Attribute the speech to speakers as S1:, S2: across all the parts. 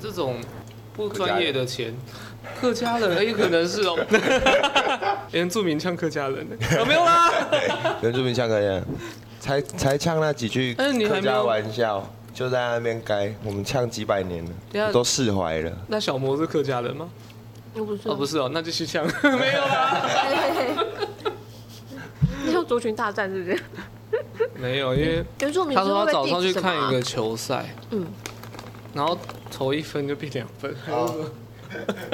S1: 这种不专业的钱。客家人也可能是哦， 原住民呛客家人，有啊没有啦？
S2: 原住民呛客家人，才才呛那几句
S1: 哎你还
S2: 客
S1: 没
S2: 家
S1: 有
S2: 玩笑，就在那边该我们呛几百年
S1: 等一下
S2: 了，都释怀了。
S1: 那小魔是客家人吗？
S3: 我不是
S1: 哦，不是哦，那就去 呛，没有啦，
S3: 要族群大战是不是？
S1: 没有，因为
S3: 原住民
S1: 他说他
S3: 是会
S1: 早
S3: 被
S1: 上去
S3: diss 什么
S1: 看
S3: 啊
S1: 一个，球赛，
S3: 嗯，
S1: 然后投一分就变两 分，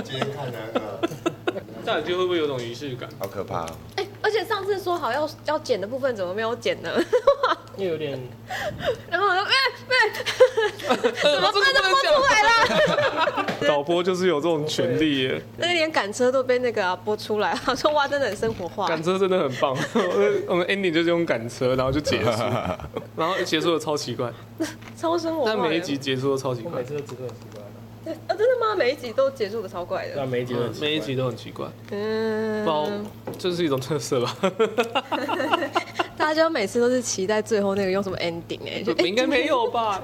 S2: 今天看那个，
S1: 到底就会不会有种仪式感？
S2: 好可怕、哦。
S3: 哎、而且上次说好要要剪的部分怎么没有剪呢？
S4: 因为有点
S3: 然后我说，哎、
S1: 怎么
S3: 怎么办都播出来了？
S1: 导播就是有这种权利耶，
S3: 那个连赶车都被那个、啊、播出来， 我说哇，真的很生活化。
S1: 赶车真的很棒。 我们 ending 就是用赶车，然后就结 束，然后结束的超奇怪，
S3: 超生活化
S1: 但
S3: 的。
S1: 每一集结束都超奇
S4: 我
S1: 怪
S4: 每，次都只会很奇怪的，
S3: 啊，真的吗？每一集都结束的超怪
S4: 对
S3: 的。
S4: 啊，每一集都很
S1: 嗯
S4: 奇怪
S1: 每一集都很奇怪，
S3: 嗯，
S1: 包这是一种特色吧？
S3: 大家每次都是期待最后那个用什么 ending 哎、就哎
S1: 应该没有吧？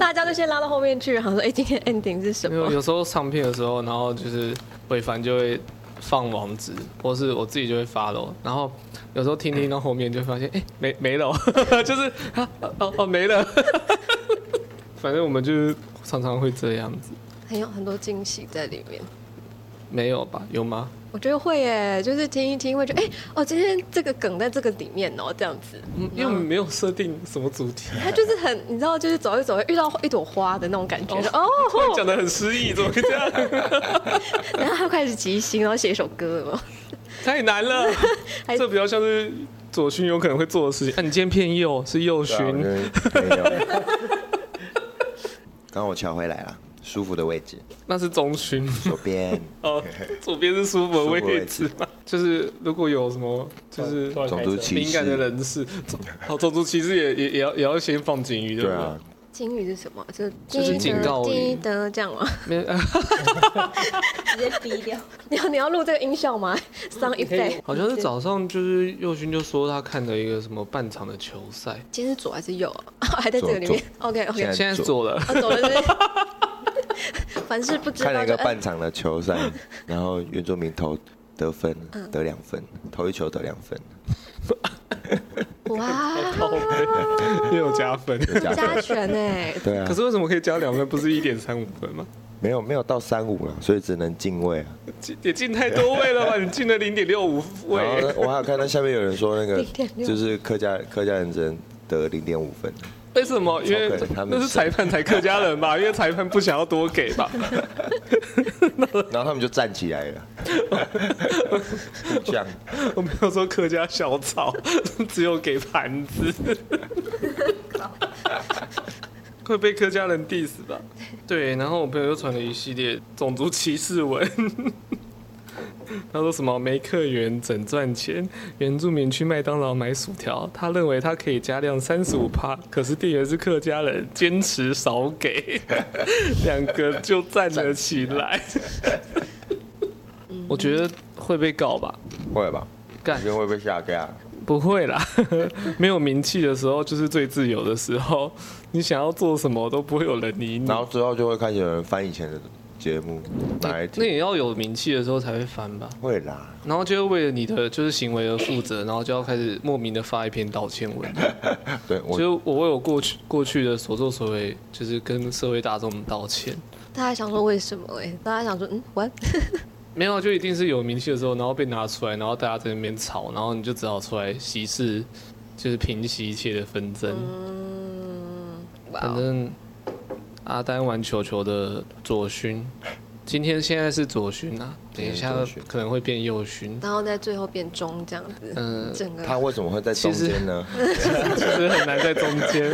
S3: 大家都先拉到后面去，然后说哎、今天 ending 是 什
S1: 没有，
S3: 么？
S1: 有时候上片的时候，然后就是伟凡就会放网址，或是我自己就会发喽。然后有时候听听到后面就发现，哎、没没了哦， 就是啊哦哦没了。 反正我们就是常常会这样子，
S3: 很有很多惊喜在里面。
S1: 没有吧？有吗？
S3: 我觉得会耶，就是听一听会觉得，哎、哦，今天这个梗在这个里面哦，这样子，
S1: 嗯，因为我们没有设定什么主题，
S3: 它就是很，你知道，就是走一走会遇到一朵花的那种感觉，就哦，
S1: 讲的很诗意，怎么会这样？
S3: 然后他开始即兴，然后写一首歌有没有
S1: 太难了，这比较像是左勋有可能会做的事情。啊，你今天骗右是右勋，
S2: 啊没有。刚刚我调回来了，舒服的位置，
S1: 那是中 勋。
S2: 左边。
S1: 哦，左边是舒服的位置嘛，就是如果有什么就是
S4: 突然开
S2: 种
S4: 车
S2: 族歧
S1: 敏感的
S2: 视，
S1: 人士，种好种族歧视也也也要也要先放警语，对
S2: 啊对
S1: 不
S2: 啊
S1: 对？，
S3: 金鱼是什么？就
S1: 就是警告语
S3: 滴的这样吗？
S1: 没 有，
S5: 直接逼掉。
S3: 你要你要录这个音效 吗？Sound effect，
S1: 好像是早上就是佑勋就说他看了一个什么半场的球赛，
S3: 今天是左还是右 啊？还在这个里面。OK
S2: 现
S3: OK，
S2: 在
S1: 现在做了，
S3: 走了对不对。凡事不知
S2: 看了
S3: 道
S2: 一个
S3: 就哎
S2: 半场的球赛，然后原住民投得分，
S1: 嗯
S2: 得两分，投一球得两 分，
S3: 哇，
S1: 也有加分。
S2: 加
S3: 加
S2: 分。
S3: 权哎，
S2: 对啊
S1: 可，是为什么可以加两分？不是一点三五分吗？
S2: 没有没有到三五了，所以只能进位啊。
S1: 进也进太多位了吧？你进了零点六五
S2: 然后
S1: 位，
S2: 我还有看到下面有人说那个
S3: 0.6
S2: 就是客家客家人只能得零点五分，
S1: 为什么？因为
S2: 超可怜他们
S1: 那是裁判才客家人吧？因为裁判不想要多给吧？
S2: 然后他们就站起来了，互相
S1: 我没有说客家小炒， 只有给盘子。 会被客家人 diss 吧？对，然后我朋友又传了一系列种族歧视文， 他说什么没客源怎赚钱？原住民去麦当劳买薯条，他认为他可以加量三十五趴，可是店员是客家人，坚持少给， 两个就站了起来。 我觉得会被告吧？
S2: 会吧？
S1: 干
S2: 因为会被下架。
S1: 不会啦， 没有名气的时候就是最自由的时候，你想要做什么都不会有人理你
S2: 然。后之后就会开始有人翻以前的节目，哪来
S1: 那
S2: 听？
S1: 也要有名气的时候才会翻吧，
S2: 会啦，
S1: 然后就会为了你的就是行为而负责，然后就要开始莫名的发一篇道歉文，
S2: 对我
S1: 就是我为我过去过去的所作所为，就是跟社会大众道歉。
S3: 大家想说为什么哎？大家想说嗯，what？
S1: 没有，就一定是有名气的时候，然后被拿出来，然后大家在那边吵，然后你就只好出来息事，就是平息一切的纷争。
S3: 嗯，哇
S1: 反
S3: 哦，
S1: 正阿丹玩球球的左勋，今天现在是左勋啊，等一下
S2: 今天是左勋
S1: 可能会变右勋。
S3: 然后在最后变中这样子，
S1: 嗯、
S3: 整
S2: 他
S3: 个
S2: 为什么会在中间呢？
S1: 其实很难在中间，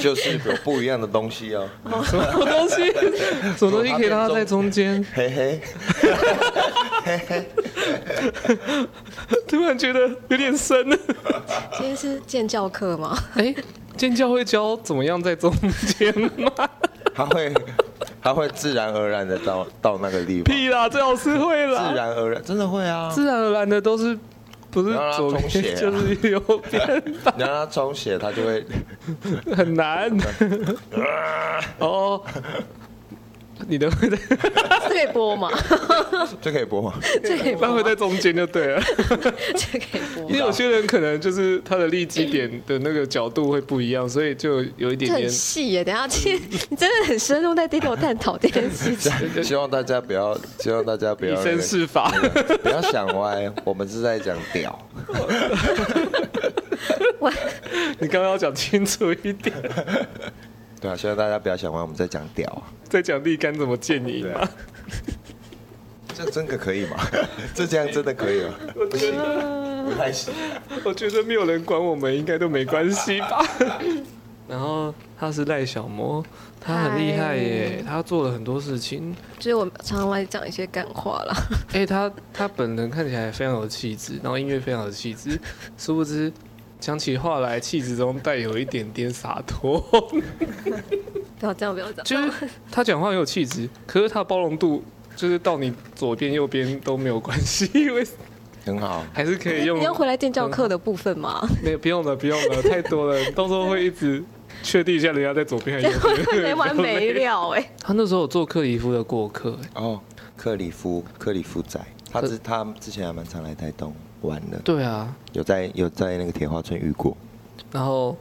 S2: 就是有不一样的东西哦，
S1: 什么东西，什么东西可以让他在中间？
S2: 嘿嘿，
S1: 突然觉得有点深。
S3: 今天是建教课吗？
S1: 哎、尖叫会教怎么样在中间吗？
S2: 他会他会自然而然的到到那个地 方，
S1: 屁啦，最好是会啦，
S2: 自然而然真的会啊，
S1: 自然而然的都是。不是
S2: 然后他
S1: 左
S2: 充血
S1: 边
S2: 啊
S1: 就是右边，
S2: 你让他充血，他就会
S1: 很难。哦，你的会在
S3: 这可以 播吗？
S2: 这可以播吗？
S3: 这可以播
S1: 那会
S3: 吗
S1: 在？中间就对了，
S3: 这可以播
S1: 因为
S3: 吗。
S1: 有些人可能就是他的立基点的那个角度会不一样，所以就有一
S3: 这
S1: 点嗯
S3: 很
S1: 点
S3: 细耶，等一下听，你真的很深入在低头探讨这件 事情。
S2: 希望大家不要，希望大家不
S1: 以
S2: 要那
S1: 身
S2: 个
S1: 试法。
S2: 不要想歪，我们是在讲屌。
S3: 我
S1: 你刚刚要讲清楚一点，
S2: 对啊，希望大家不要想歪，我们在讲屌。啊
S1: 在讲立竿怎么建议嘛？
S2: 这真的可以吗？ 这这样真的可以吗？
S1: 我觉得，
S2: 不太行。
S1: 我觉得没有人管我们，应该都没关系吧。 然后他是赖小魔，他很厉害耶，他做了很多事情。
S3: 就是我常常来讲一些干话啦，
S1: 哎、他他本人看起来非常有气质，然后音乐非常有气质，殊不知讲起话来气质中带有一点点洒脱，
S3: 不要这样，不要这样。
S1: 就是他讲话很有气质，可是他的包容度就是到你左边右边都没有关系，因为
S2: 很好，
S1: 还是可以用
S3: 你。要回来建教课的部分吗？
S1: 没有不用了，不用了，太多了，到时候会一直确定一下人家在左边还是右边。
S3: 没完没了哎、
S1: 他那时候有做克里夫的过客、哎
S2: 哦，克里夫，克里夫仔，他之他之前还蛮常来台东玩的，
S1: 对啊，
S2: 有在有在那个铁花村遇过。
S1: 然后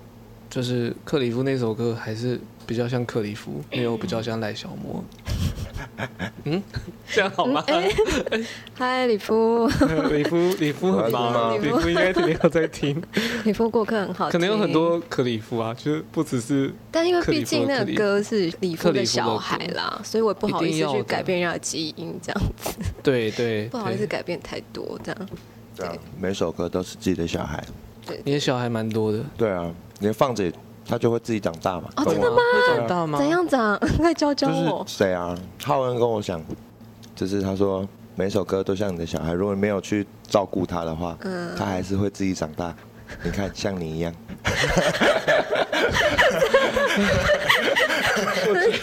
S1: 就是克里夫那首歌还是比较像克里夫，没有比较像赖小魔。 嗯，这样好吗？
S3: 嗯哎嗨，李夫，
S1: 里夫里夫很忙，
S3: 里
S1: 里
S3: 夫
S1: 夫应该肯定要在听，
S3: 李夫过客很 好，
S1: 可能有很，多克里夫啊，就是不只是
S3: 但因为毕竟那个歌是李夫的小孩啦，所以我也不好意思去改变人家的基因，这样
S1: 对对，
S3: 不好意思
S1: 对，
S3: 改变太多，这样
S2: 对啊，每首歌都是自己的小孩。
S1: 你的小孩蛮多的。
S2: 对啊，你放着他就会自己长大嘛。
S3: 哦
S2: 懂
S3: 真的
S2: 吗
S3: 吗？
S1: 会长大吗？
S3: 怎？样长？快教教我
S2: 就。是谁啊？浩恩跟我讲，就是他说每首歌都像你的小孩，如果你没有去照顾他的话，他还是会自己长大。你看，像你一样，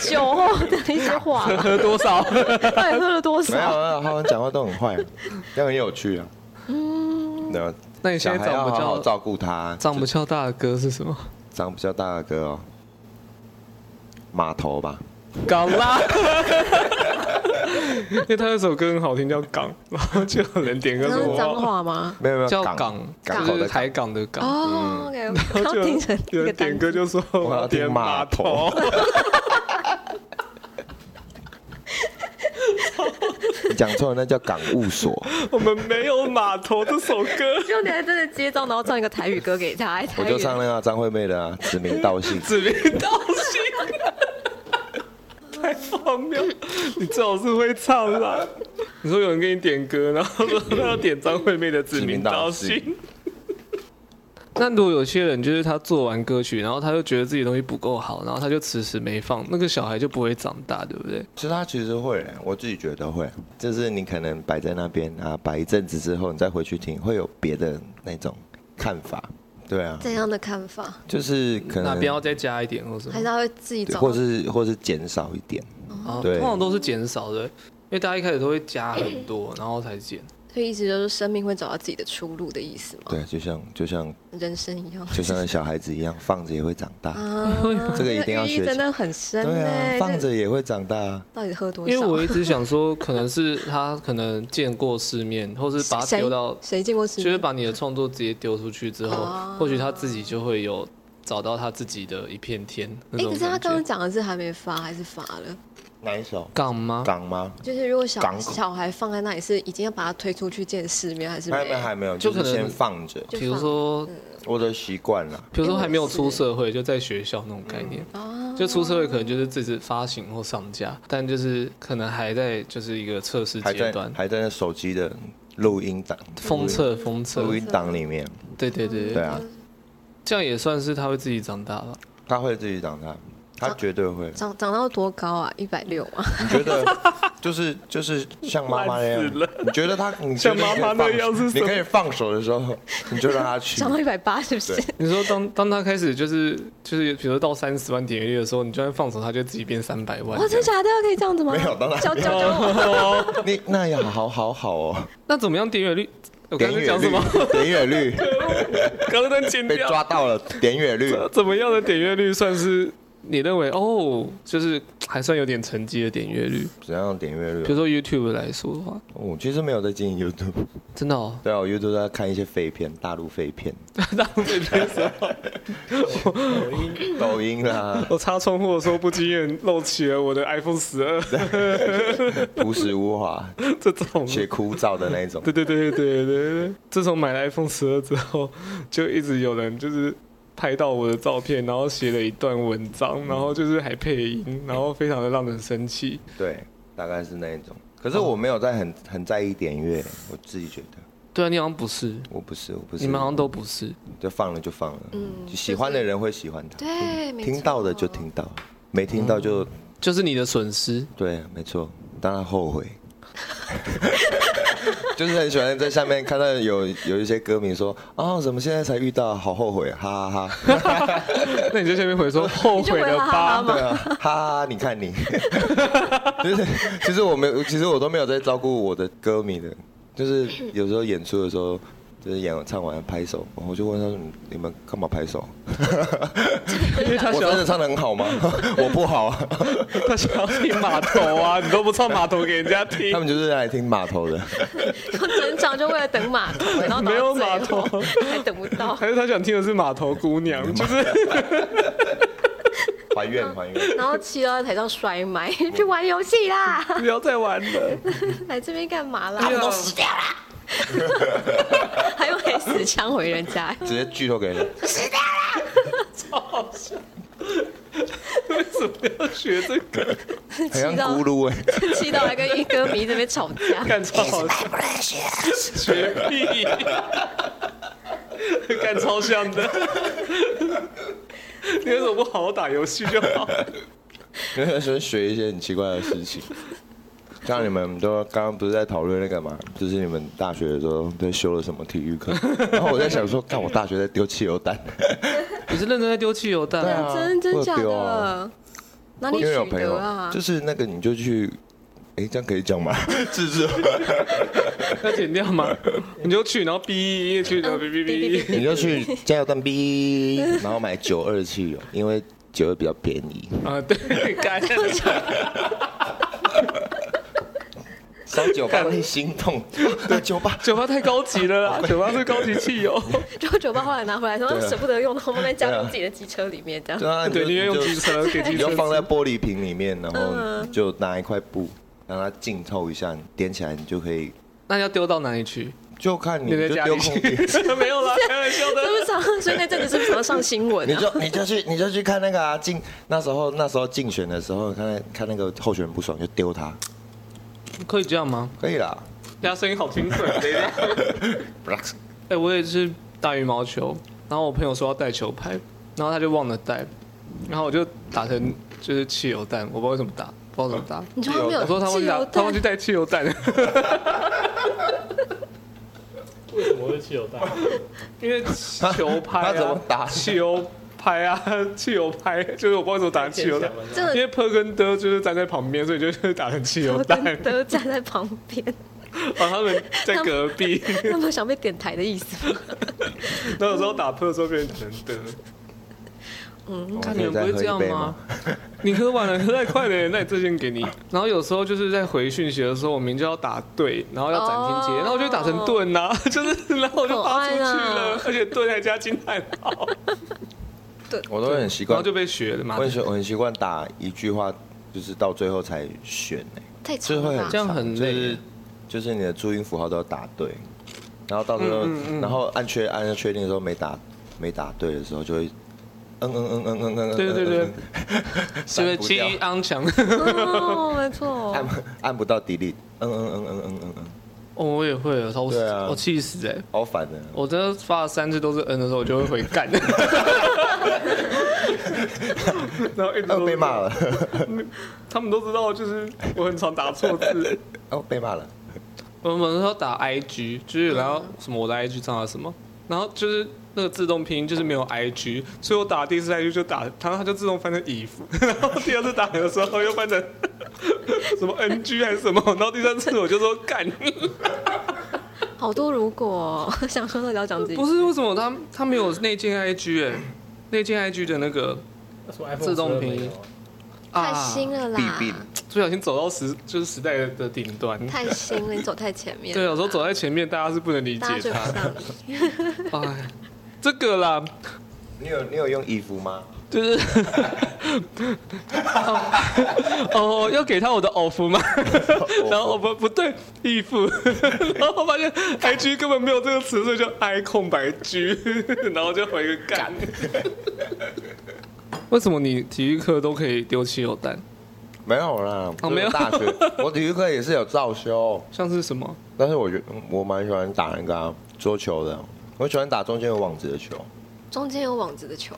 S3: 酒后的一些话，
S1: 喝多少？
S3: 到底喝了多
S2: 没有
S3: 少？
S2: 没有，浩恩讲话都很 坏，啊但很有趣啊。嗯，对啊，
S1: 那你现
S2: 小
S1: 在
S2: 孩要
S1: 长不
S2: 好好
S1: 较
S2: 照顾他，
S1: 长不较大的歌是什么？
S2: 长比较大的歌哦，码头吧，
S1: 港啦， 因为他那首歌很好听，叫《港》，然后就有人点歌
S3: 然
S1: 说
S3: 后脏话吗？
S2: 没有没有，
S1: 叫
S2: 港
S1: 港，
S2: 港
S1: 就
S2: 口
S1: 是
S2: 的
S1: 海港的港。
S3: 哦，OK，
S1: 然
S3: 我
S1: 后
S3: 刚
S1: 就
S3: 听成一
S1: 有
S3: 个
S1: 人点
S3: 单
S1: 歌
S3: 词，
S1: 就说
S2: 我要
S1: 点
S2: 听
S1: 码
S2: 码
S1: 头
S2: 头，你讲错了，那叫港务所。
S1: 我们没有码头这首歌，。
S3: 就你还真的接招，然后唱一个台语歌给他，台
S2: 我
S3: 语
S2: 就唱那个张惠妹的啊，指名道姓
S1: 指名道姓，啊太荒谬！你最好是会唱啦。你说有人给你点歌，然后说他要点张惠妹的《指名道
S2: 指
S1: 姓》。那如果有些人就是他做完歌曲，然后他就觉得自己东西不够好，然后他就迟迟没放，那个小孩就不会长大，对不对？
S2: 其实他其实会，我自己觉得会，就是你可能摆在那边啊，摆一阵子之后，你再回去听，会有别的那种看法。对啊，
S3: 怎样的看法？
S2: 就是可
S1: 哪
S2: 能
S1: 边要再加一点或什么
S3: 还是？他会自己
S2: 对
S3: 找
S2: 或是或是减少一点。
S1: 啊，
S2: 对
S1: 通常都是减少的，因为大家一开始都会加很多，然后才减。
S3: 所以意思就是生命会找到自己的出路的意思
S1: 哦
S3: 嘛，
S2: 对，就像就像
S3: 人生一样。
S2: 就像那小孩子一样，放着也会长大。
S3: 啊
S2: 这个一定要
S3: 寓意
S2: 学起
S3: 真的很深
S2: 对啊
S3: 呢。，
S2: 放
S3: 这
S2: 着也会长大啊。
S3: 到底喝多少？
S1: 因为我一直想说，可能是他可能见过世面，或是把它
S3: 谁
S1: 丢到，
S3: 谁见过世
S1: 就
S3: 面？
S1: 是把你的创作直接丢出去之后，
S3: 哦
S1: 或许他自己就会有找到他自己的一片天那
S3: 哎，
S1: 种感
S3: 可是
S1: 觉。
S3: 他刚刚讲的是还没发还是发了？
S2: 哪一首？
S1: 港吗？
S2: 港吗？
S3: 就是如果小
S2: 港口
S3: 小孩放在那里，是已经要把他推出去见世面，还是
S2: 还
S3: 没
S2: 没？还没有，
S1: 就
S2: 就
S1: 可
S2: 是
S1: 能
S2: 先放着。
S3: 就
S1: 比如
S3: 放嗯
S1: 说，
S2: 我的习惯了，
S1: 比如说还没有出社会，就在学校那种概念。
S3: 啊，
S1: 就出社会可能就是只是发行或上架，但就是可能还在就是一个测试
S2: 还
S1: 阶
S2: 在
S1: 段，
S2: 还在那手机的录音档
S1: 封测封测
S2: 录，音档里面。
S1: 对对对
S2: 对啊，
S1: 这样也算是他会自己长大吧。
S2: 他会自己长大，他绝对会。
S3: 长长到多高啊？一百六啊？
S2: 你觉得就是就是像妈妈那样
S1: 烂死了？
S2: 你 觉得他你觉
S1: 像
S2: 得
S1: 妈妈那样是什么
S2: 你可以放手的时候，你就让他去
S3: 长。到一百八是不是？
S1: 你说当当他开始就是就是，比如说到三十万点阅率的时候，你就算放手，他就自己变三百万
S3: 哇，。真假的可以哦这样子吗？
S2: 没有当然
S3: 教教教我。
S2: 你那也好好好哦，
S1: 那怎么样点阅率？我刚才在
S2: 点阅
S1: 讲什
S2: 率
S1: 么？，
S2: 点阅率
S1: 刚刚在剪
S2: 被
S1: 掉。
S2: 抓到了，点阅率
S1: 怎么样的点阅率算是你认为哦，就是还算有点成绩的点阅率，
S2: 怎样点阅率
S1: 比如
S2: 啊？
S1: 说 YouTube 来说的话，
S2: 我其实没有在经营 YouTube，
S1: 真的哦，
S2: 对啊，我 YouTube 都在看一些废片，大陆废片，
S1: 大陆这边的时候，
S2: 抖音啦，
S1: 我擦窗户的时候不经意地露起了我的 iPhone 十二
S2: 朴实无华，
S1: 这 种。
S2: 且枯燥的那种
S1: 对。对对对对对对，自从买了 iPhone 十二之后，就一直有人就是拍到我的照片，然后写了一段文章，然后就是还配音，然后非常的让人生气。
S2: 对，大概是那一种。可
S1: 哦
S2: 是我没有在很很在意点阅，我自己觉得
S1: 对啊，你好像不是，
S2: 我不是，我不是，
S1: 你们好像都不是。
S2: 就放了就放了，
S3: 嗯
S2: 就喜欢的人会喜欢他，
S3: 对，没
S2: 听到的就
S3: 错
S2: 听到，没听到
S1: 嗯
S2: 就
S1: 就是你的损失，
S2: 对，没错，当然后 悔。 就是很喜欢在下面看到有有一些歌迷说啊、怎么现在才遇到，好后悔，哈哈哈，
S1: 那你就下面回说后悔了吧？
S2: 对啊，哈哈哈，你看你， 就是其实我没有，其实我都没有在照顾我的歌迷的，就是有时候演出的时候，就是演唱完拍手，我就问他说你你们干嘛拍手？
S1: 因为他
S2: 我
S1: 想
S2: 真
S1: 要
S2: 的唱的很好吗？我不好啊，
S1: 他想要听码头啊，你都不唱码头给人家听
S2: 他，们就是来听码头的。
S3: 整场就为了等码头，然后等到
S1: 没有
S3: 最
S1: 码
S3: 后
S1: 头
S3: 还等不到，
S1: 还是他想听的是码头姑娘，就是
S2: 还愿还愿，
S3: 然后气到在台上摔麦， 去玩游戏啦，
S1: 不要再玩了。
S3: 来这边干嘛啦？
S1: 对啊
S3: 我都死掉啦，还用黑死枪回人家，
S2: 直接剧透给你。
S1: 为什么要学这个？
S2: 很
S3: 气
S2: 像
S3: 到
S2: 咕 噜哎、
S3: 气到还跟一歌迷这边吵架。
S1: 干超好笑， 学屁，干超像的。 你为什么不好好打游戏就好？
S2: 因为喜欢学一些很奇怪的事情。像你们都刚刚不是在讨论那个嘛，就是你们大学的时候在修了什么体育课？然后我在想说， 看我大学在丢汽油弹，
S1: 你是认真在丢汽油弹
S2: 对
S1: 啊？
S2: 啊
S3: 真真假
S2: 我有丢啊
S3: 的？哪里
S2: 因为有
S3: 取
S2: 朋
S3: 得
S2: 友
S3: 啊？
S2: 就是那个你就去，哎、这样可以 讲吗？自制化，
S1: 要剪掉 吗？你就去，然后哔去，然后哔哔哔。
S2: 你就去加油站 B，然后买九二汽油，因为九二比较便宜，
S1: 啊，对，干
S2: 烧酒吧会心 痛，对酒吧
S1: 酒吧太高级了
S2: 哦
S1: 啦，酒吧是高级汽油，
S3: 然后酒吧后来拿回来，说哦
S2: 对啊
S3: 舍不得用，然后放在家
S2: 对啊
S3: 里自己的机车里面这样。
S2: 对啊，
S1: 对，
S2: 就
S1: 宁愿用机。车给机
S2: 你就
S1: 车
S2: 你就放在玻璃瓶里面，然后就拿一块布让它浸透一下，你点起来你就可以，
S1: 那要丢到哪里去？
S2: 就嗯看你
S1: 你在
S2: 就
S1: 家
S2: 丢
S1: 里
S2: 空 地，
S1: 没有 啦，开玩笑的
S3: 是。不是常？所以那阵子是不是常上新闻
S2: 你
S3: 啊？
S2: 就你就去你就去看那个啊竞那时候那时候竞选的时候，看那看那个候选人不爽就丢他，
S1: 可以这样吗？
S2: 可以啦。
S1: 大啊家声音好清 脆。等一下。哎、我也是打羽毛球，然后我朋友说要带球拍，然后他就忘了带，然后我就打成就是汽油弹，我不知道为什么打，不知道怎么打。
S3: 你说他没有
S1: 我说他
S3: 汽
S1: 会打
S3: 油，
S1: 他会去
S3: 弹，
S1: 带汽油弹，
S4: 为什么会汽油 弹？
S1: 因为球拍、啊、
S2: 他怎么打
S1: 汽油拍啊， 汽油拍，就是我不知道怎么打成汽油弹。
S3: 真
S1: 因
S3: 的
S1: 为 p 跟 d 就是站在旁边，所以就是打成汽油
S3: 我
S1: 弹。
S3: 跟德站在旁边，
S1: 然后他们在隔壁，
S3: 那么想被点台的意思吗？
S1: 那有时候打 p 的时候变成得。
S2: 我
S1: 看哦
S2: 可
S1: 你
S2: 以
S1: 们
S2: 哦再
S1: 不会
S2: 喝
S1: 这
S2: 一
S1: 样
S2: 杯
S1: 吗？？ 你喝完了，喝太快了，那你这件给你。然后有时候就是在回讯息的时候，我明明就要打对，然后要斩钉截铁，
S3: 哦
S1: 然后我就打成盾呐、 就是然后我就发出去
S3: 可爱
S1: 了
S3: 啊，
S1: 而且盾还加金叹号，
S2: 我都很习
S1: 然
S2: 惯
S1: 后，就被学了嘛
S2: 我。很习我很习惯打一句话，就是到最后才选欸
S3: 太
S2: 就
S3: 长
S2: 会
S3: 了
S2: 很
S1: 这
S3: 吧？
S1: 样
S2: 长
S1: 很
S2: 就
S1: 累欸
S2: 是就是你的注音符号都要打对，然后到时
S1: 嗯
S2: 候、然后按确按确定的时候没打没打对的时候就会。嗯嗯嗯嗯嗯嗯，嗯
S1: 对对对，
S2: 嗯嗯
S1: 是不是
S2: 闪不
S1: 基
S2: 掉
S1: 于昂强？
S3: 哦，没 错，
S2: 按按不到 delete，嗯嗯嗯嗯嗯嗯嗯，
S1: 哦，我也会了，超
S2: 对啊
S1: 我气死哎、
S2: 好烦啊的，
S1: 我真的发了三次都是 N 的时候，我就会回干， 然后一直
S2: 哦
S1: 都
S2: 被骂，了，
S1: 他们都知道，就是我很常打错 字。
S2: 哦被骂了，
S1: 我们说打 IG，就是然后什么我的 IG 账号什么，然后就是那个自动拼音就是没有 IG，所以我打第一次 IG 就打，然后它就自动翻成 if，然 后第二次打的时候又翻成 什么 NG 还是什么，然后第三次我就说干，
S3: 好多如果想说到底要讲这
S1: 不是为什么他他没有内建 IG 哎、内建 IG 的那个
S4: 那什么 iPhone
S1: 自动
S4: 屏
S1: 屏啊
S3: 太新了
S2: 弊
S3: 啦，
S2: 病
S1: 不小心走到时就是时代的顶端。
S3: 太新了，你走太前面。
S1: 对，有时候走在前面，大家是不能理
S3: 大家
S1: 解
S3: 追不
S1: 他。
S3: 上你。
S1: 哎，这个啦，
S2: 你有你有用衣服吗？
S1: 就是， 哦，哦要给他我的 off 吗？然后我哦不不对，义父， 然后发现 I G 根本没有这个词，所以就 I 空白 G，然 后就回个干。 为什么你体育课都可以丢汽油弹？
S2: 没有啦，
S1: 哦没有
S2: 就是大 学我体育课也是有照修，
S1: 像是什么？
S2: 但是我觉得嗯我蛮喜欢打那个、啊、桌球的，我喜欢打中间有网子的球。
S3: 中间有网子的球，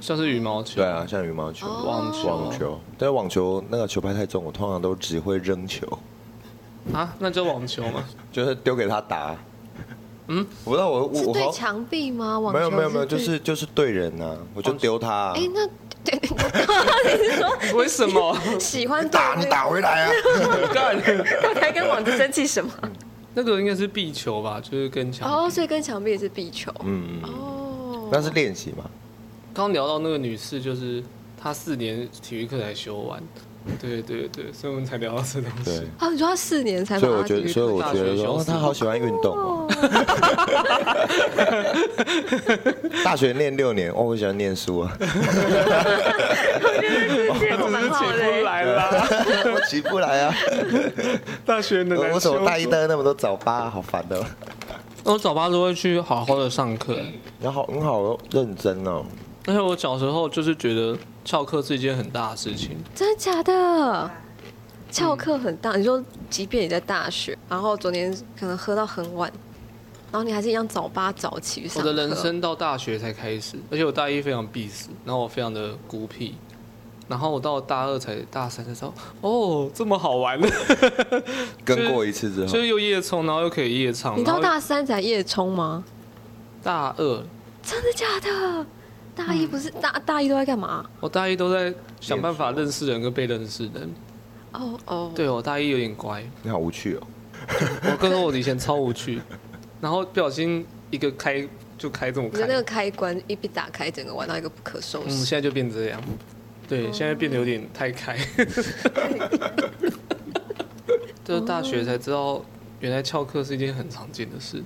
S1: 像是羽毛球？
S2: 对啊，像羽毛球、
S3: 哦
S1: 网球
S2: 网球，但是网球那个球拍太重，我通常都只会扔球，
S1: 啊，那叫网球吗？
S2: 就是丢给他打。
S1: 嗯，
S2: 我不知道我我
S3: 是
S2: 我
S3: 对
S2: 好
S3: 墙壁吗？网球
S2: 没有没有没有，
S3: 对
S2: 就是就是对人呐、我就丢他、啊。
S3: 哎，那 对，
S1: 为什么？
S3: 喜欢对
S2: 打你打回来啊！
S1: 干，
S3: 到 底还跟网子生气什么？
S1: 那个应该是壁球吧，就是跟墙。
S3: 哦，所以跟墙壁也是壁球。
S2: 嗯，
S3: 哦，
S2: 那是练习嘛。
S1: 刚聊到那个女士，就是她四年体育课才修完。对对对，所以我们才聊到这东西。
S2: 对，
S3: 啊，你说他四年才把
S2: 所以
S3: 他
S2: 我觉
S3: 体
S2: 得，
S3: 育
S2: 所以我觉得
S1: 大学
S2: 说，哦
S1: 休，息
S2: 他好喜欢运动哦。大学念六年，哦，我喜欢念书啊，
S3: 这个蛮好的。欸
S1: 来啦，
S2: 我起不来啊。
S1: 大学的
S2: 我怎么大一、大二那么多早八啊，好烦的。
S1: 我早八都会去好好的上课，
S2: 然后很好认真哦，
S1: 而且我小时候就是觉得翘课是一件很大的事情。
S3: 真的假的？
S2: 嗯
S3: 翘课很大，你说即便你在大学，然后昨天可能喝到很晚，然后你还是一样早八早起去
S1: 我
S3: 上
S1: 的人
S3: 课
S1: 生到大学才开始，而且我大一非常必死，然后我非常的孤僻，然后我到大二才大三的时候，哦，这么好玩，
S2: 啊跟过一次之后
S1: 就，是又夜冲，然后又可以夜唱。
S3: 你到
S1: 然后
S3: 大三才夜冲吗？
S1: 大二，
S3: 真的假的？大
S2: 嗯
S3: 一不是大大一都在干嘛？
S1: 我大一都在想办法认识人跟被认识人。
S3: 哦哦，
S1: 对我大一有点乖，
S2: 你好无趣哦。
S1: 我跟我以前超无趣， 然后不小心一个开就开这么
S3: 你的
S1: 开，
S3: 那个开关一被打开，整个玩到一个不可收
S1: 嗯，
S3: 拾。
S1: 现在就变这样。
S3: 哦
S1: 对，现在变得有点太 开。就是大学才知道，原来翘课是一件很常见的事。嗯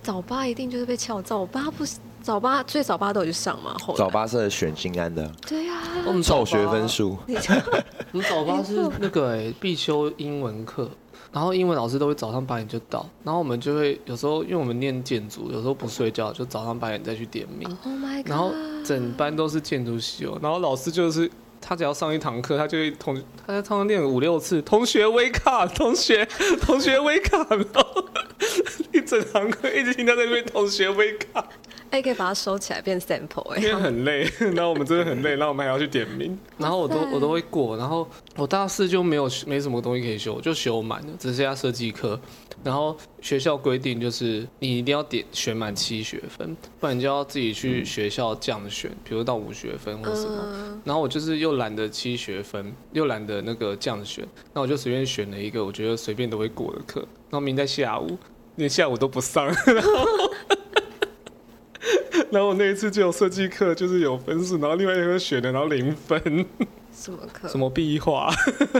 S3: 早八一定就是被翘，早八不是早八最早八都有去上嘛？后来
S2: 早八是选心安的，
S3: 对啊，
S1: 我们
S2: 凑学分，数。
S3: 你
S1: 我们早八是那个哎、必修英文课，然后英文老师都会早上八点就到，然后我们就会有时候因为我们念建筑，有时候不睡觉，就早上八点再去点名。
S3: Oh my god！
S1: 然后整班都是建筑系哦，然后老师就是他只要上一堂课，他就会同他在上念五六次，同学微卡，同学 同学微卡，然后一整堂课一直听到在那边同学微卡，
S3: 哎，可以把它收起来变 sample 哎、
S1: 因为很累， 然后我们真的很累，然后我们还要去点名， 然后我都我都会过，然后我大四就没有没什么东西可以修，我就修满了，只剩下设计课，然后学校规定就是你一定要点选满七学分，不然你就要自己去学校降选，比如到五学分或什么。
S3: 嗯，
S1: 然后我就是又懒得七学分，又懒得那个降选，那我就随便选了一个我觉得随便都会过的课，然后明天在下午，连下午都不上，然后 然后我那一次就有设计课，就是有分数，然后另外一个选的，然后零分，
S3: 什么课？
S1: 什么壁画、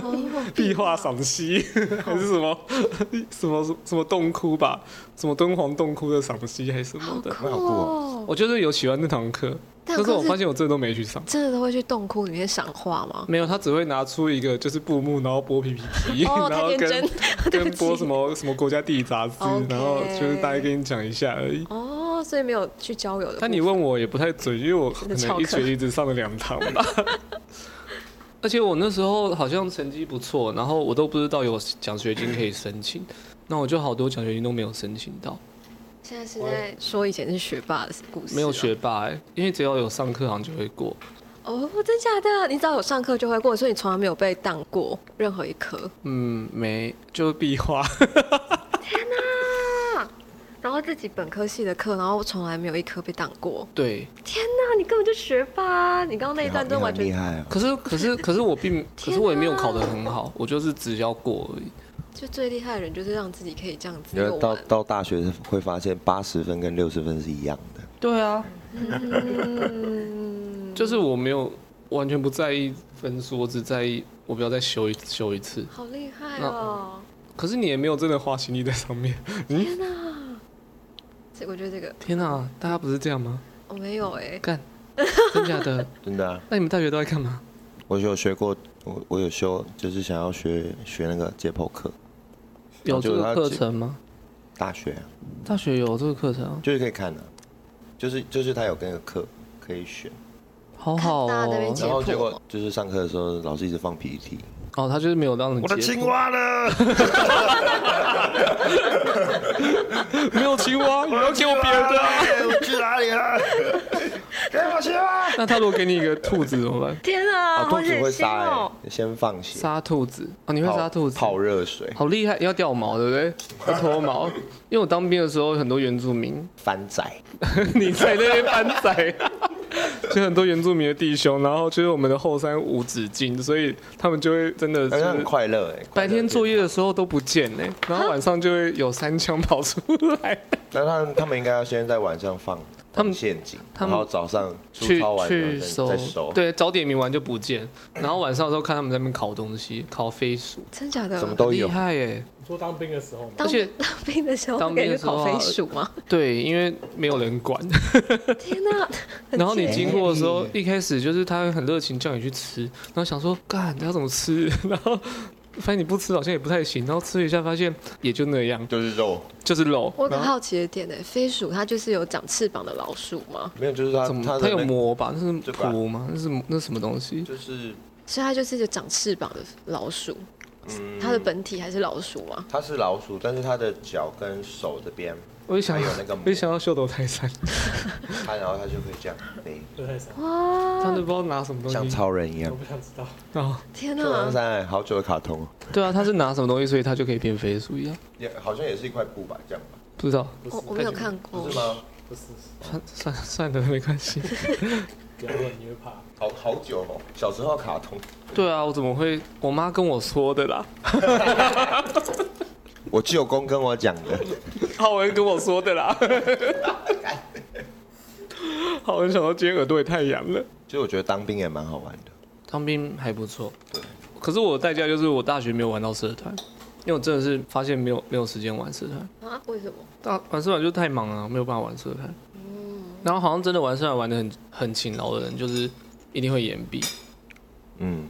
S3: 哦
S1: 壁画赏析，还是什么 什么什么洞窟吧，什么敦煌洞窟的赏析还是什么的，
S2: 蛮好
S3: 酷
S2: 酷哦。
S3: 哦！
S1: 我就是有喜欢那堂课，
S3: 但
S1: 但是我
S3: 可是
S1: 发现我真的都没去上。
S3: 真的都会去洞窟里面赏画吗？
S1: 没有，他只会拿出一个就是布幕，然后播 PPT，、
S3: 哦，
S1: 嗯然
S3: 太
S1: 后
S3: 天
S1: 跟
S3: 真， 对
S1: 跟
S3: 不
S1: 播什
S3: 起。
S1: 么什么国家地理杂志
S3: OK
S1: 然后就是大概跟你讲一下而已。
S3: 哦，所以没有去交友的部分。
S1: 但你问我也不太准，因为我可
S3: 真的翘
S1: 能
S3: 课
S1: 一学一直上了两堂吧。而且我那时候好像成绩不错，然后我都不知道有奖学金可以申请，那我就好多奖学金都没有申请到，
S3: 现在是在说以前是学霸的故事啊，
S1: 没有学霸、欸，因为只要有上课好像就会过。
S3: 哦，真假的？你只要有上课就会过，所以你从来没有被当过任何一科。
S1: 嗯， 没，就是壁画。
S3: 然后自己本科系的课，然后从来没有一科被当过。
S1: 对，
S3: 天哪，你根本就学霸啊！你刚刚那一
S2: 你好
S3: 段
S2: 你
S3: 真的
S2: 好
S3: 完
S2: 厉
S3: 全
S2: 害哦！
S1: 可是可是可是我并，可是我也没有考得很好，我就是只要过而已。
S3: 就最厉害的人，就是让自己可以这样子
S2: 你
S3: 游
S2: 到
S3: 玩。
S2: 到大学会发现八十分跟六十分是一样的，
S1: 对啊，
S3: 嗯，
S1: 就是我没有完全不在意分数，我只在意我不要再修一修一次。
S3: 好厉害哦！
S1: 可是你也没有真的花心力在上面。嗯，
S3: 天哪，这我觉得这个
S1: 天啊，大家不是这样吗？
S3: 我没有哎，
S1: 干，真假的？
S2: 真的、啊，
S1: 那你们大学都在干 嘛？
S2: 我有学过，我我有修，就是想要学学那个解剖课，
S1: 有这个课程吗？
S2: 大学、啊、
S1: 大学有这个课程啊，
S2: 就是可以看的、就是就是他有跟个课可以选，
S1: 好好
S3: 看大家在那边
S1: 哦
S3: 解。
S2: 然后
S3: 剖
S2: 结果就是上课的时候老师一直放 PPT，
S1: 哦，他就是没有让你
S2: 我的
S1: 解
S2: 青蛙呢？
S1: 没有青 蛙，你要给我别的啊。
S2: 哎我去哪里 啊了？给我青蛙！
S1: 那他如果给你一个兔子怎么办？
S5: 天啊，
S2: 啊，
S5: 好
S2: 兔子
S5: 血
S2: 会
S5: 腥
S2: 杀
S5: 哦！
S2: 哎，先放血，
S1: 杀兔子啊、哦你会
S2: 泡
S1: 杀兔子？
S2: 泡热水，
S1: 好厉害，要掉毛对不对？要脱毛，因为我当兵的时候很多原住民，
S2: 翻仔，
S1: 你在那边搬仔， 就很多原住民的弟兄，然后就是我们的后山无止境，所以他们就会真的就
S2: 好像很
S1: 是
S2: 快乐哎。
S1: 白天作
S2: 业，
S1: 业的时候都不见哎、然后晚上就会有三枪跑出来，
S2: 那他们他们应该要先在晚上放
S1: 他们
S2: 放陷阱，
S1: 他
S2: 然
S1: 们
S2: 后早上 出
S1: 去
S2: 操完
S1: 去
S2: 然后
S1: 搜
S2: 再再收，，
S1: 对，早点名完就不见，然后晚上的时候看他们在那边烤东西，烤飞鼠，
S3: 真假的
S2: 什？么都
S1: 很厉
S2: 有。
S1: 害哎、
S4: 你说当兵的时候吗？
S1: 而
S3: 当
S1: 且
S3: 当兵的时候
S1: 当
S3: 可以
S1: 兵的
S3: 去
S1: 时候
S3: 烤
S1: 啊
S3: 飞鼠 吗？
S1: 对，因为没有人 管。
S3: 天哪！很
S1: 然后你
S3: 贱
S1: 经过的时候，一开始就是他会很热情叫你去吃，然后想说干要怎么吃， 然后发现你不吃好像也不太行，然后吃了一下发现也就那样，
S2: 就是肉，
S1: 就是肉。
S3: 我很
S1: 然后
S3: 好奇的点呢，欸飞鼠它就是有长翅膀的老鼠吗？
S2: 没有，就是它
S1: 怎么
S2: 它
S1: 它
S2: 的
S1: 有
S2: 那
S1: 膜吧？那是
S2: 对吧
S1: 蹼吗？那是那是什么东西？
S2: 就是
S3: 所以它就是一个长翅膀的老鼠，
S2: 嗯，
S3: 它的本体还是老鼠吗？
S2: 它是老鼠，但是它的脚跟手这边，
S1: 我就想
S2: 它有那个膜
S1: 我就想要秀斗泰山，
S2: 它然后它就会 这样飞，
S4: 对，太少，
S3: 哇！
S1: 他都不知道拿什么东
S2: 像
S1: 西
S2: 超人一样
S4: 我。不想知道。
S1: 啊？
S3: 天
S2: 旧唐
S3: 哪！
S2: 山哎好久的卡通哦，
S1: 对啊，他是拿什么东西，所以他就可以变飞鼠一样。
S2: 也好像也是一块布吧，这样吧？
S1: 不知道，
S4: 不
S3: 我
S4: 是，
S3: 我没有看过
S2: 不是，吗？
S4: 不是，
S1: 算算算了，没关系。
S4: 不要问，你会怕。
S2: 好好久哦，小时候卡通。
S1: 对啊，我怎么会？我妈跟我说的啦，
S2: 我舅公跟我讲的，
S1: 浩文跟我说的 啦。浩文想到今天耳朵也太痒了。
S2: 其实我觉得当兵也蛮好玩的。
S1: 当兵还不错，可是我的代价就是我大学没有玩到社团，因为我真的是发现没有没有时间玩社团，
S3: 啊？为什么？
S1: 大玩社团就太忙啊了，没有办法玩社团。然后好像真的玩社团玩的很很勤劳的人，就是一定会延毕，
S2: 嗯，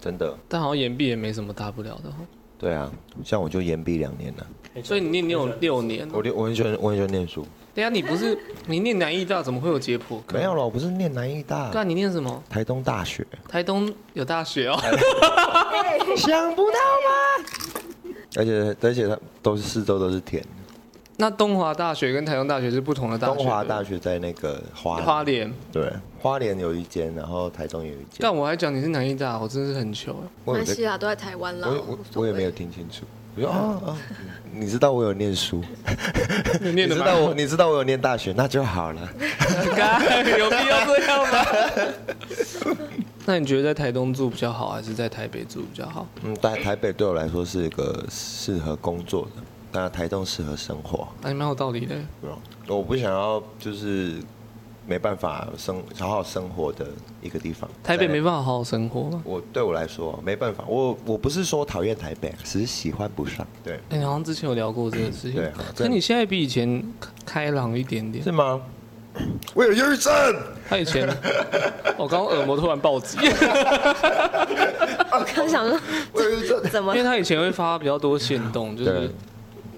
S2: 真的，
S1: 但好像延毕也没什么大不了的哦。
S2: 对啊，像我就延毕两年了。
S1: 所以你念你有六年，哦
S2: 我六我很喜欢我很喜欢念书，
S1: 对呀，你不 是你念南艺大怎么会有解剖课？
S2: 没有了，啊我不是念南医大
S1: 对，啊，你念什么？
S2: 台东大学。
S1: 台东有大学哦。
S2: 想不到吧？而且而且它都是四周都是田，
S1: 那东华大学跟台东大学是不同的大学。
S2: 东华大
S1: 学。
S2: 学在那个花
S1: 花莲，
S2: 对，花莲有一间，然后台中有一间。
S1: 但我还讲你是南艺大，我真是很糗哎。
S2: 我
S3: 马
S2: 有
S3: 来
S2: 在
S3: 西亚都在台湾啦
S2: 我我
S3: 无所
S2: 我
S3: 谓
S2: 也没 有听清楚。我说哦哦，你知道我有念书，
S1: 你
S2: 你
S1: 念的
S2: 知道我你知道我有念大学，那就好了。
S1: 有必要这样吗？ 那你觉得在台东住比较好，还是在台北住比较好？
S2: 嗯，但台北对我来说是一个适合工作的，那台中适合生活。
S1: 那啊你蛮有道理的。
S2: 我不想要就是没办法生好好生活的一个地方。
S1: 台北
S2: 在
S1: 没办法好好生活吗？
S2: 我对我来说没办法，我我不是说讨厌台北，只是喜欢不上。对，
S1: 哎、你好像之前有聊过这个事情。
S2: 对啊
S1: 可你现在比以前开朗一点点
S2: 是。吗？我有忧郁症，
S1: 他以 前，我刚刚耳膜突然暴 击，
S3: 我刚想说
S2: 我有忧郁症。
S3: 怎么
S1: 因为他以前会发比较多线动，就是
S2: 对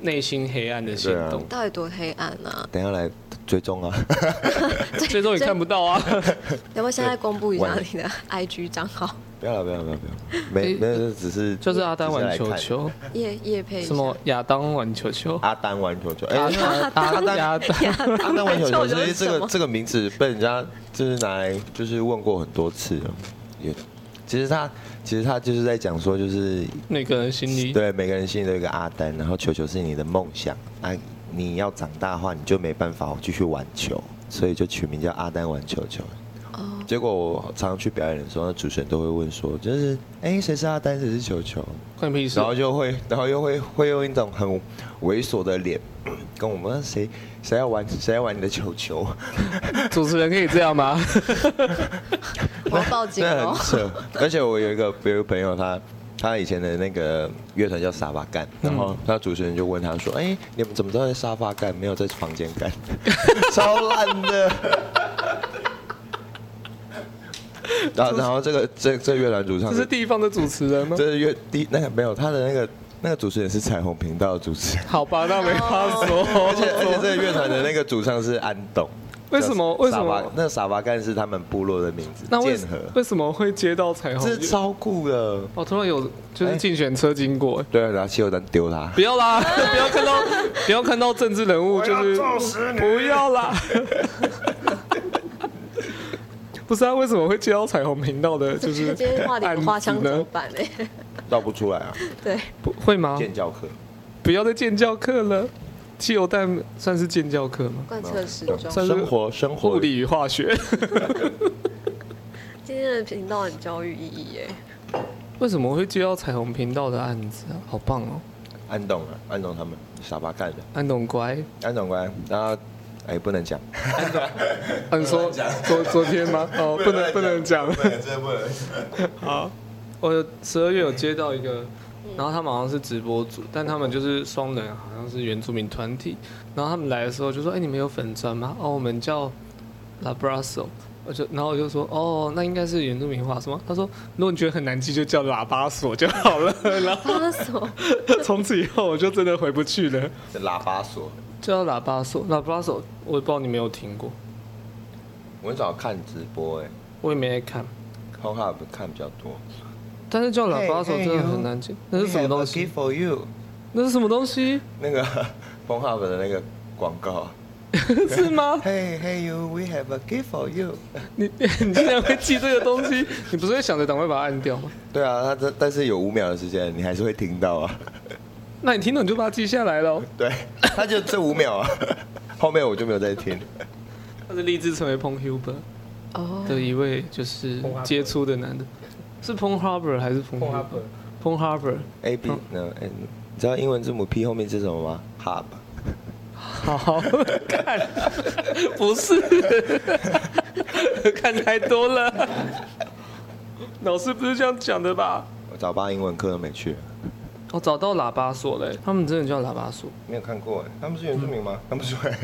S1: 内心黑暗的线动。
S3: 到底多黑暗啊？
S2: 等一下来追踪啊，
S1: 最终也看不到啊。
S3: 要不要现在公布一下
S2: 晚
S3: 你的 IG 账 号？
S2: 不要了，不要了，不要了，不要了，没
S1: 诶
S2: 没有，这只是
S1: 就是阿丹玩球
S2: 只是来看
S1: 球，
S3: 叶叶配
S1: 什么亚当玩球球，
S2: 阿丹玩球球，哎，
S1: 阿
S2: 阿
S1: 阿阿亚当，
S2: 丹玩球球，
S3: 球球
S2: 其实
S3: 是
S2: 这
S3: 什
S2: 个
S3: 么
S2: 这个名字被人家就是拿来就是问过很多次了，也其实他其实他就是在讲说就是
S1: 那个人心里
S2: 对，每个人心里都有一个阿丹，然后球球是你的梦想啊，你要长大的话，你就没办法继续玩球，所以就取名叫阿丹玩球球。
S3: 哦，
S2: 结果我常常去表演的时候，那主持人都会问说，就是哎，谁是阿丹，谁是球球，
S1: 关你屁事
S2: 然！后就会，然后又会会用一种很猥琐的脸跟我们谁谁要玩谁要玩你的球球，
S1: 主持人可以这样吗？
S3: 我要报警
S2: 那
S3: 哦
S2: 很！扯。而且我有一个有一个朋友他。他以前的那个乐团叫沙发干，
S1: 嗯
S2: 然后那主持人就问他说：“哎、你们怎么都在沙发干，没有在房间干？ 超烂 的。”然后，然后这个这这乐团主唱
S1: 这是地方的主持人吗？
S2: 这是乐第那个没有他的那个那个主持人是彩虹频道的主持人，
S1: 好吧，那没话
S2: 而
S1: 哦
S2: 且而且
S1: 说。
S2: 这个乐团的那个主唱是安董。
S1: 为什么
S2: 叫
S1: 为什么
S2: 傻巴那傻巴干是他们部落的名字，
S1: 那为
S2: 剑河，
S1: 为什么会接到彩虹
S2: 这？是超酷的。
S1: 哦，突然有就是
S2: 哎
S1: 竞选车经过，
S2: 对啊，拿汽油弹丢他
S1: 不。要啦， 不要看到不要看到政治人物就是不要 啦。不是啊，为什么会接到彩虹频道的？就是
S3: 今天话里有话
S1: 案
S3: 枪
S1: 子
S3: 怎么
S1: 呢？
S3: 办呢？
S2: 倒不出来啊，
S3: 对，
S1: 不会吗？
S2: 建教课。
S1: 不要再建教课了，汽油弹算是建教课吗？
S3: 贯彻始终。
S1: 算是
S2: 啊生活生活
S1: 物理与化 学，
S3: 今天的频道很教育意义耶，
S1: 为什么会接到彩虹频道的案子啊？好棒哦，
S2: 安董啊，安董他们傻巴干的
S1: 安董乖。
S2: 安董官，然后哎不能讲，
S1: 啊、你说昨昨天吗？哦，不能不能讲。
S2: 能真的不能。
S1: 好，我哦十二月有接到一个，然后他们好像是直播组，但他们就是双人，啊好像是原住民团体。然后他们来的时候就说：“哎、你们有粉砖吗？”哦，我们叫 Labraso。我就然后我就说：“哦，那应该是原住民话什么？”他说：“如果你觉得很难记，就叫喇叭锁就好了。” 然后
S3: 他所
S1: 从此以后我就真的回不去了，
S2: 这喇叭锁，
S1: 叫喇叭锁。喇叭锁，我也不知道你没有听过，
S2: 我很少看直播哎
S1: 我也没在看。
S2: h o h u b 看比较多。
S1: 但是叫喇叭手真的很难记，那是什么东
S2: We
S1: 西？
S2: have a gift for you。
S1: 那是什么东西？
S2: 那个 p o n h u b 的那个广告。啊
S1: 是吗？
S2: Hey hey you, we have a gift for you。
S1: 你 你竟然会记这个东西？ 你不是会想着赶快把它按掉吗？
S2: 对啊，他这但是有五秒的时间，你还是会听到 啊。
S1: 那你听懂你就把它记下来喽。
S2: 对，他就这五秒啊， 后面我就没有再听。
S1: 他是立志成为 Pong Huber
S3: 哦，
S1: 的一位就是
S4: Pong Huber
S1: 杰出的男的，是 Pong Harbor 还是 Pong
S4: 碰 up，
S1: Pong Harbor
S2: A B 呢？哎，你知道英文字母 P 后面是什么吗？Hub。
S1: 好 看，不是 看太多了，老师不是这样讲的吧？
S2: 我早八英文课都没去，
S1: 我哦找到喇叭锁嘞，他们真的叫喇叭锁。
S2: 没有看过哎。他们是原住民吗？看不出来，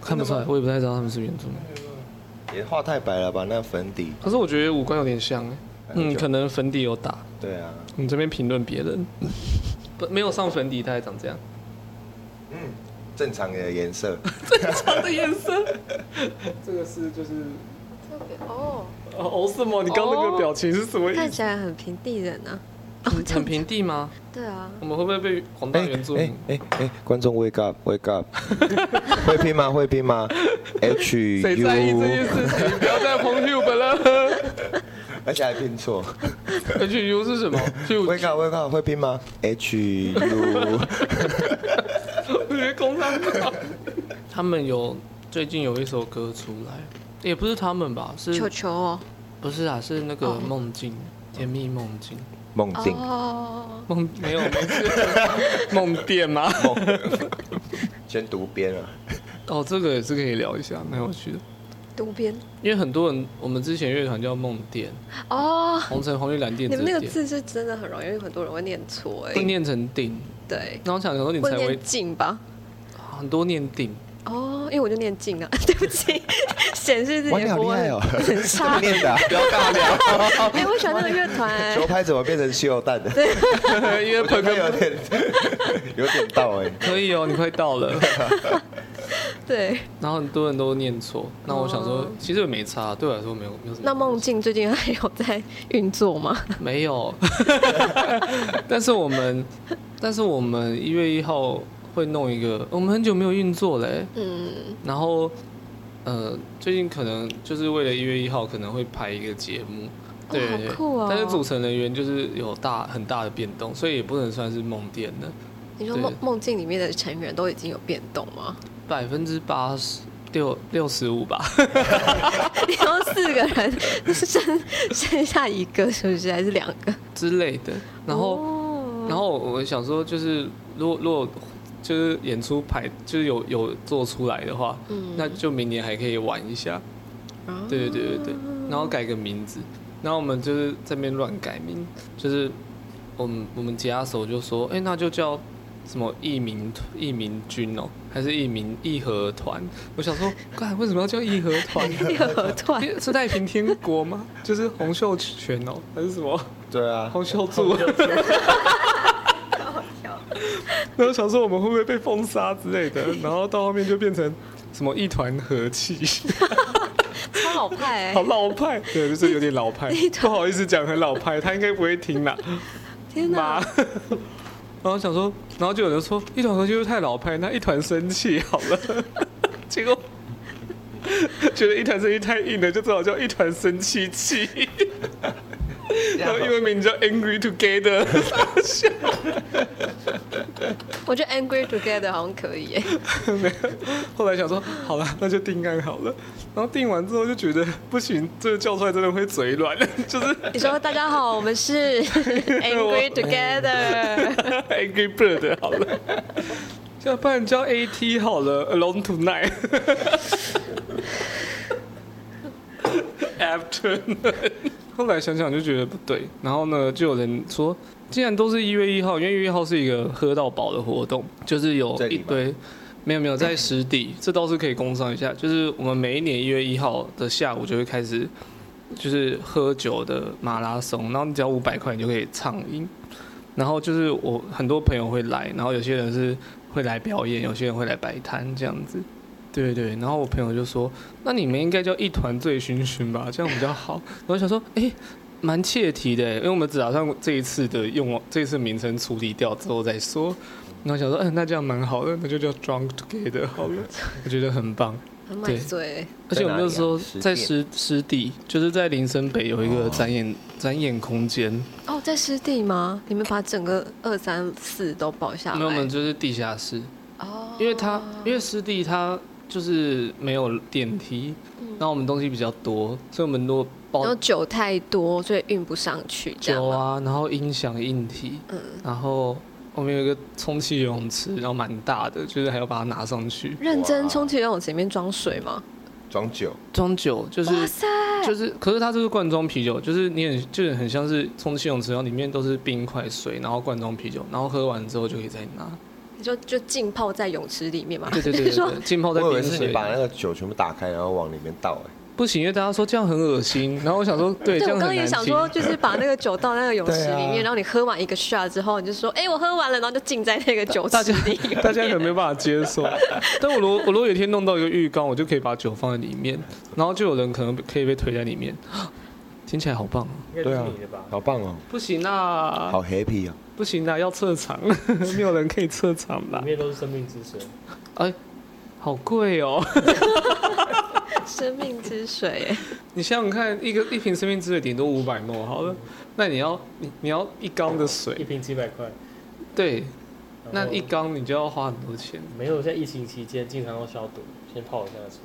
S1: 看不出来，我也不太知道他们是原住民。
S2: 也画太白了吧？那粉底。
S1: 可是我觉得五官有点像哎，
S2: 还有
S1: 嗯，
S2: 就
S1: 可能粉底有打。
S2: 对啊，
S1: 我们这边评论别人，不没有上粉底，大概长这样，
S2: 正常的颜色。
S1: 长的颜色。 这个是就是
S3: 特别哦，
S1: 哦哦什么？你刚刚那个表情是什么意
S3: 看
S1: 思？
S3: 起来很平地人啊。
S1: 哦很平地吗？
S3: 对啊，
S1: 我们会不会被广大原住民？
S2: 哎哎，观众 wake up，wake up，会拼吗？会拼 吗
S1: 谁
S2: ？H
S1: 在意这件
S2: U，
S1: 事情？不要再碰 Hub 了。
S2: 而且还拼错。
S1: H U 是什么？Hub
S2: 会搞会搞会拼吗？H U，
S1: 我觉得工商党他们有最近有一首歌出来，也不是他们吧？是
S3: 球球哦，
S1: 不是啊，是那个
S3: 哦
S1: 梦境，甜蜜梦境，
S2: 梦境
S3: 哦，
S1: 梦没有没事， 梦电吗？
S2: 先读编啊，
S1: 哦，这个也是可以聊一下，蛮有趣的。
S3: 渡边
S1: 因为很多人，我们之前乐团叫梦电，
S3: 哦，
S1: 红橙黄绿蓝靛
S3: 你们那
S1: 紫
S3: 个
S1: 电，
S3: 字是真的很容易，有很多人会念错哎
S1: 会。念成定。
S3: 对，
S1: 那我想说，你
S3: 会
S1: 才会
S3: 念进吧？
S1: 很多念定，
S3: 哦，因为我就念进啊， 对不起，显示自己的国
S2: 哇你
S3: 文
S2: 好厉害哦哦
S3: 很差。
S2: 念的啊不要尬聊。
S3: 哎，我喜欢那个乐
S2: 球
S3: 团，
S2: 拍怎么变成汽油弹的？
S1: 因为
S2: 我觉
S1: 朋
S2: 得有
S1: 友
S2: 点有点到哎。
S1: 可以哦，你快到了。
S3: 对。
S1: 然后很多人都念错，那我想说，其实也没差，对我来说没有没有什么。
S3: 哦那梦境最近还有在运作吗？
S1: 没有， 但是我们，但是我们一月一号会弄一个，我们很久没有运作欸嘞、
S3: 嗯，
S1: 然后，呃，最近可能就是为了一月一号可能会排一个节目，
S3: 哦
S1: 对
S3: 好
S1: 对
S3: 酷哦
S1: 但是组成人员就是有大很大的变动，所以也不能算是梦电的，
S3: 你说
S1: 对
S3: 梦梦境里面的成员都已经有变动吗？
S1: 百分之八十六六十五吧，
S3: 你要四个人， 剩剩下一个是不是？还是两个？
S1: 之类的。然后，
S3: 哦
S1: 然后我想说，就是如果如果就是演出排就是有有做出来的话，
S3: 嗯
S1: 那就明年还可以玩一下。对对对对对，然后改个名字，然后我们就是这边乱改名，就是我们我们吉他手就说，哎、那就叫什么义民义民军哦、还是义民义和团？我想说，干为什么要叫义和团？
S3: 合团
S1: 因为是太平天国吗？就是洪秀全哦、还是什么
S2: 对啊，
S1: 洪秀柱？然后想说我们会不会被封杀之类的，然后到后面就变成什么一团和气。
S3: 超好派哎、
S1: 好老派，欸对，就是有点老派
S3: 那一，
S1: 不
S3: 团
S1: 好意思讲很老派，他应该不会听啦，
S3: 天
S1: 妈
S3: 哪，。
S1: 然后想说，然后就有人说一团和就是太老派，那一团生气好了，结果觉得一团生气太硬了，就只好叫一团生气气，然后英文名叫 Angry Together，
S3: 我觉得 Angry Together 好像可以哎、
S1: 没有 后来想说，好了，那就定案好了。然后定完之后就觉得不行，这个叫出来真的会嘴软， 就是
S3: 你说大家好，我们 是 Angry Together，
S1: Angry Bird 好了，要不然叫 AT 好了，Alone Tonight。After，后 来想想就觉得不对，然后呢，就有人说，既然都是一月一号，因为一月一号是一个喝到饱的活动，就是有
S2: 在
S1: 一
S2: 里吗
S1: 堆，没有没有在实 地，这倒是可以工商一下，就是我们每一年一月一号的下午就会开始，就是喝酒的马拉松，然后你只要五百块，你就可以畅饮。然后就是我很多朋友会来，然后有些人是会来表演，有些人会来摆摊这样子。对对，然后我朋友就说：“那你们应该叫一团醉醺醺吧，这样比较好。”然后想说：“哎，蛮切题的，因为我们只打算这一次的用这一次名称处理掉之后再说。”然后想说：“嗯、那这样蛮好的，那就叫 drunk together 好了，我觉得很棒。”
S3: 很满欸嘴，
S1: 而且我们那时候
S2: 在哪里
S1: 在
S2: 啊
S1: 湿湿地，就是在林森北有一个展演、展演空间，
S3: 哦，在湿地吗？你们把整个二三四都包下来？
S1: 没有，我们就是地下室，
S3: 哦，
S1: 因为它因为湿地它就是没有电梯，然后我们东西比较多，所以我们嗯都
S3: 然后
S1: 包
S3: 酒太多，所以运不上去，这样
S1: 酒
S3: 吗？
S1: 啊，然后音响硬体，
S3: 嗯
S1: 然后我们有一个充气游泳池，然后蛮大的，就是还要把它拿上去
S3: 认真
S2: 哇
S3: 充气游泳池里面装水吗？
S2: 装酒，
S1: 装酒，就是
S3: 哇塞！
S1: 就是，可是它这是罐装啤酒，就是你很就是很像是充气泳池，然后里面都是冰块水，然后罐装啤酒，然后喝完之后就可以再拿。
S3: 你说就浸泡在泳池里面嘛？
S1: 对对对
S3: 你
S1: 对
S3: 说
S1: 对，浸泡
S2: 我
S1: 在
S2: 以为
S1: 冰
S2: 是你
S1: 水。
S2: 把 那个酒全部打开，然后往里面倒，哎，
S1: 不行，因为大家说这样很恶心，然后我想说，对，这
S3: 对，
S1: 样
S3: 我刚
S1: 很
S3: 刚也
S1: 难
S3: 想
S1: 听。
S3: 说，就是把那个酒倒那个泳池
S2: 对 啊
S3: 里面，然后你喝完一个 shot 之后，你就说：“哎、我喝完了。”然后就浸在那个酒
S1: 大
S3: 池
S1: 家
S3: 里。
S1: 大家可能没办法接 受，但我如果我如果有一天弄到一个浴缸，我就可以把酒放在里面，然后就有人可能可以被推在里 面，听起来好棒哦！
S4: 应该就是你的吧？
S2: 好棒哦，
S1: 不行啦，
S2: 好 happy 哦，
S1: 不行啊啦，要撤 场，没有人可以撤场吧
S4: 里？面都是生命之水，
S1: 哎，好贵哦！
S3: 生命之水，哎
S1: 你想想看，一个一瓶生命之水顶多五百沫，好了，那你要你你要一缸的
S4: 一
S1: 水，哦
S4: 瓶几百块。
S1: 对，那
S4: 然后
S1: 一缸你就要花很多钱。
S4: 没有在疫情期间经常要消毒，先泡一下水。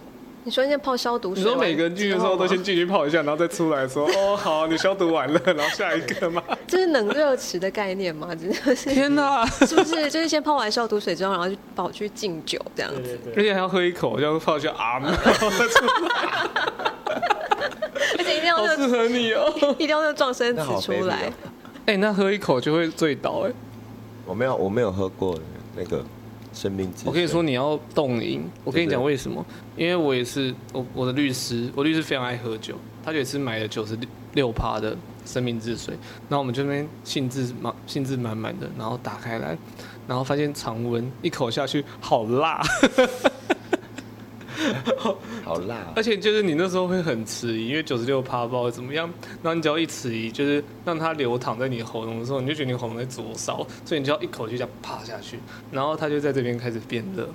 S3: 你说那泡消毒
S1: 你
S3: 水，哦
S1: 说每个人进去的时候都先
S3: 知道吗
S1: 进去泡一下，然后再出来说哦好，你消毒完了，然后下一个嘛。
S3: 这是冷热池的概念吗？ 真的是
S1: 天哪！
S3: 是不是就是先泡完消毒水之后，然后就跑去敬酒这样
S4: 对
S3: 子？
S4: 对
S1: 而
S4: 对，
S1: 且还要喝一口，这样泡一下啊，
S3: 而且一定要
S1: 好
S3: 那
S1: 适
S3: 个
S1: 合你哦。
S3: 一定要那个撞声
S2: 那好
S3: 词
S2: happy
S3: 出来
S2: 哦。，
S1: 哎，那喝一口就会醉倒哎。
S2: 我没有我没有喝过那个生命之水，
S1: 我跟你说，你要冻饮。我跟你讲为什么？因为我也是我我的律师，我律师非常爱喝酒，他也是买了九十六趴的生命之水，然后我们这边兴致满兴致满满的，然后打开来，然后发现常温，一口下去好辣，
S2: 好辣哦，
S1: 而且就是你那时候会很迟疑，因为九十六趴不知道会怎么样，然后你只要一迟疑，就是让它流淌在你喉咙的时候，你就觉得你喉咙在灼烧，所以你就要一口气这样啪下去，然后它就在这边开始变热。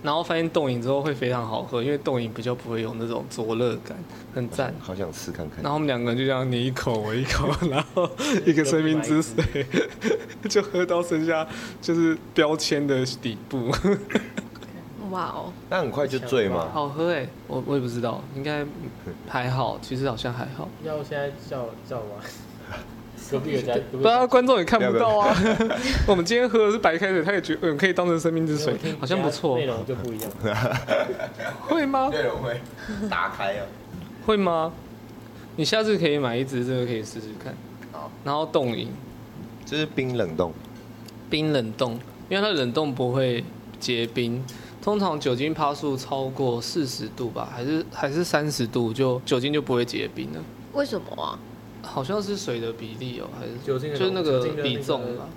S1: 然后发现冻饮之后会非常好喝，因为冻饮比较不会有那种灼热感，很赞。
S2: 好想吃看看
S1: 然，后我们两个人就这样你一口我一口，然后一个生命之水就喝到剩下就是标签的底部。
S3: 哇哦，
S2: 那很快就醉嘛。
S1: 好喝哎、我我也不知道，应该还好，其实好像还好。
S4: 要不现在叫叫我啊， 隔壁有家，隔
S1: 不
S4: 壁
S1: 然观众也看不到啊。 我们今天喝的是白开水，他也觉得嗯可以当成生命之水，好像不错
S4: 内。容就不一样。
S1: 会吗？
S2: 内容会打开 啊，
S1: 会吗？你下次可以买一支这个可以试试看。
S2: 好，
S1: 然后冻饮，
S2: 就是冰冷 冻，
S1: 冰冷冻，因为它冷冻不会结冰。通常酒精趴数超过四十度吧，还是还是三十度，就酒精就不会结冰了。
S3: 为什么啊？
S1: 好像是水的比例哦、还是
S4: 酒精的
S1: 就是那
S4: 酒
S1: 个
S4: 精的那个
S1: 比重吧，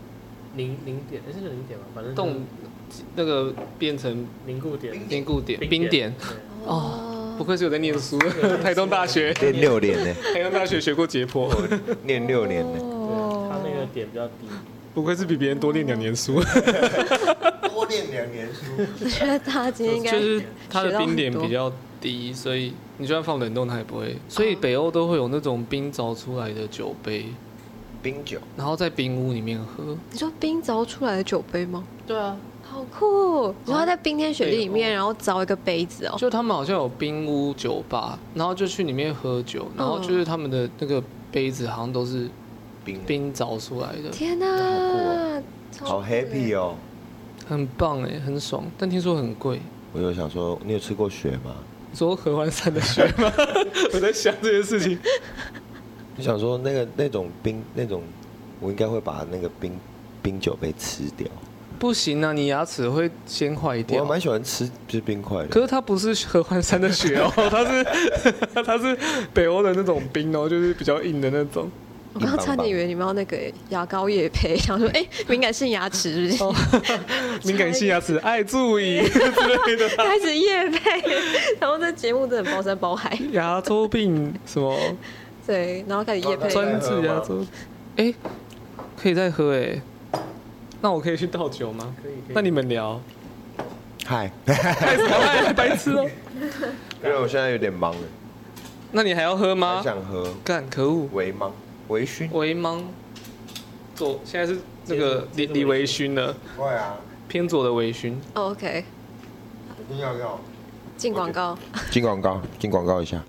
S4: 零零点，哎，是零点吧，反正
S1: 冻那个变成
S4: 凝固点，
S1: 凝固点冰
S4: 冰
S1: 点。哦，不愧是有在念书，台东大学，
S2: 练六年呢、
S1: 台东大学学过解剖，
S2: 练六年呢、
S3: 哦
S4: 对，它那个点比较低。
S1: 不愧是比别人多念两年书，
S2: 多练两年书。
S3: 我觉得大家今天应该
S1: 就是它的冰点
S3: 学到很多
S1: 比较低，所以你就算放冷冻它也不会。所以北欧都会有那种冰凿出来的酒杯，
S2: 冰酒，
S1: 然后在冰屋里面喝。
S3: 你说冰凿出来的酒杯吗？
S1: 对啊，
S3: 好酷！哦你说他在冰天雪地里面，
S1: 对哦
S3: 然后凿一个杯子哦，
S1: 就他们好像有冰屋酒吧，然后就去里面喝酒，
S3: 嗯
S1: 然后就是他们的那个杯子好像都是
S2: 冰，
S1: 冰凿出来的，
S3: 天
S2: 那
S1: 哦
S3: 哪，
S2: 好 happy
S3: 哦！
S2: 哦。
S1: 很棒哎，很爽，但听说很贵。
S2: 我有想说，你有吃过雪吗？
S1: 你说合欢山的雪吗？ 我在想这件事情。
S2: 就想说那个那种冰那种，我应该会把那个冰冰酒杯吃掉。
S1: 不行啊，你牙齿会先坏
S2: 我
S1: 掉
S2: 还。蛮喜欢吃吃冰块的。
S1: 可是它不是合欢山的雪 哦，它是 它是北欧的那种冰哦，就是比较硬的那种。
S3: 我刚刚差点以为你们要那个牙膏液配， 想说哎，敏感性牙齿是不
S1: 哦
S3: 是？
S1: 敏感性牙齿爱注意之类的，
S3: 开始夜配， 然后这节目真的很包山包海，
S1: 牙周病什么
S3: 对，然后开始夜配，
S1: 专治牙周。哎，可以再喝哎，那我可以去倒酒吗？
S4: 可以可以
S1: 那你们聊，
S2: 嗨，
S1: 太什么爱白痴哦？
S2: 因为我现在有点忙了，
S1: 那你还要喝吗
S3: 啊
S2: 很？想喝
S1: 干，可恶！
S2: 微忙微醺。
S1: 维芒左，现在是那个李
S4: 接着
S1: 李维勋了，
S2: 会啊，
S1: 偏左的维勋。
S3: 哦 OK，
S2: 一定要要。
S3: 进广告。
S2: 进广告，进广告一下。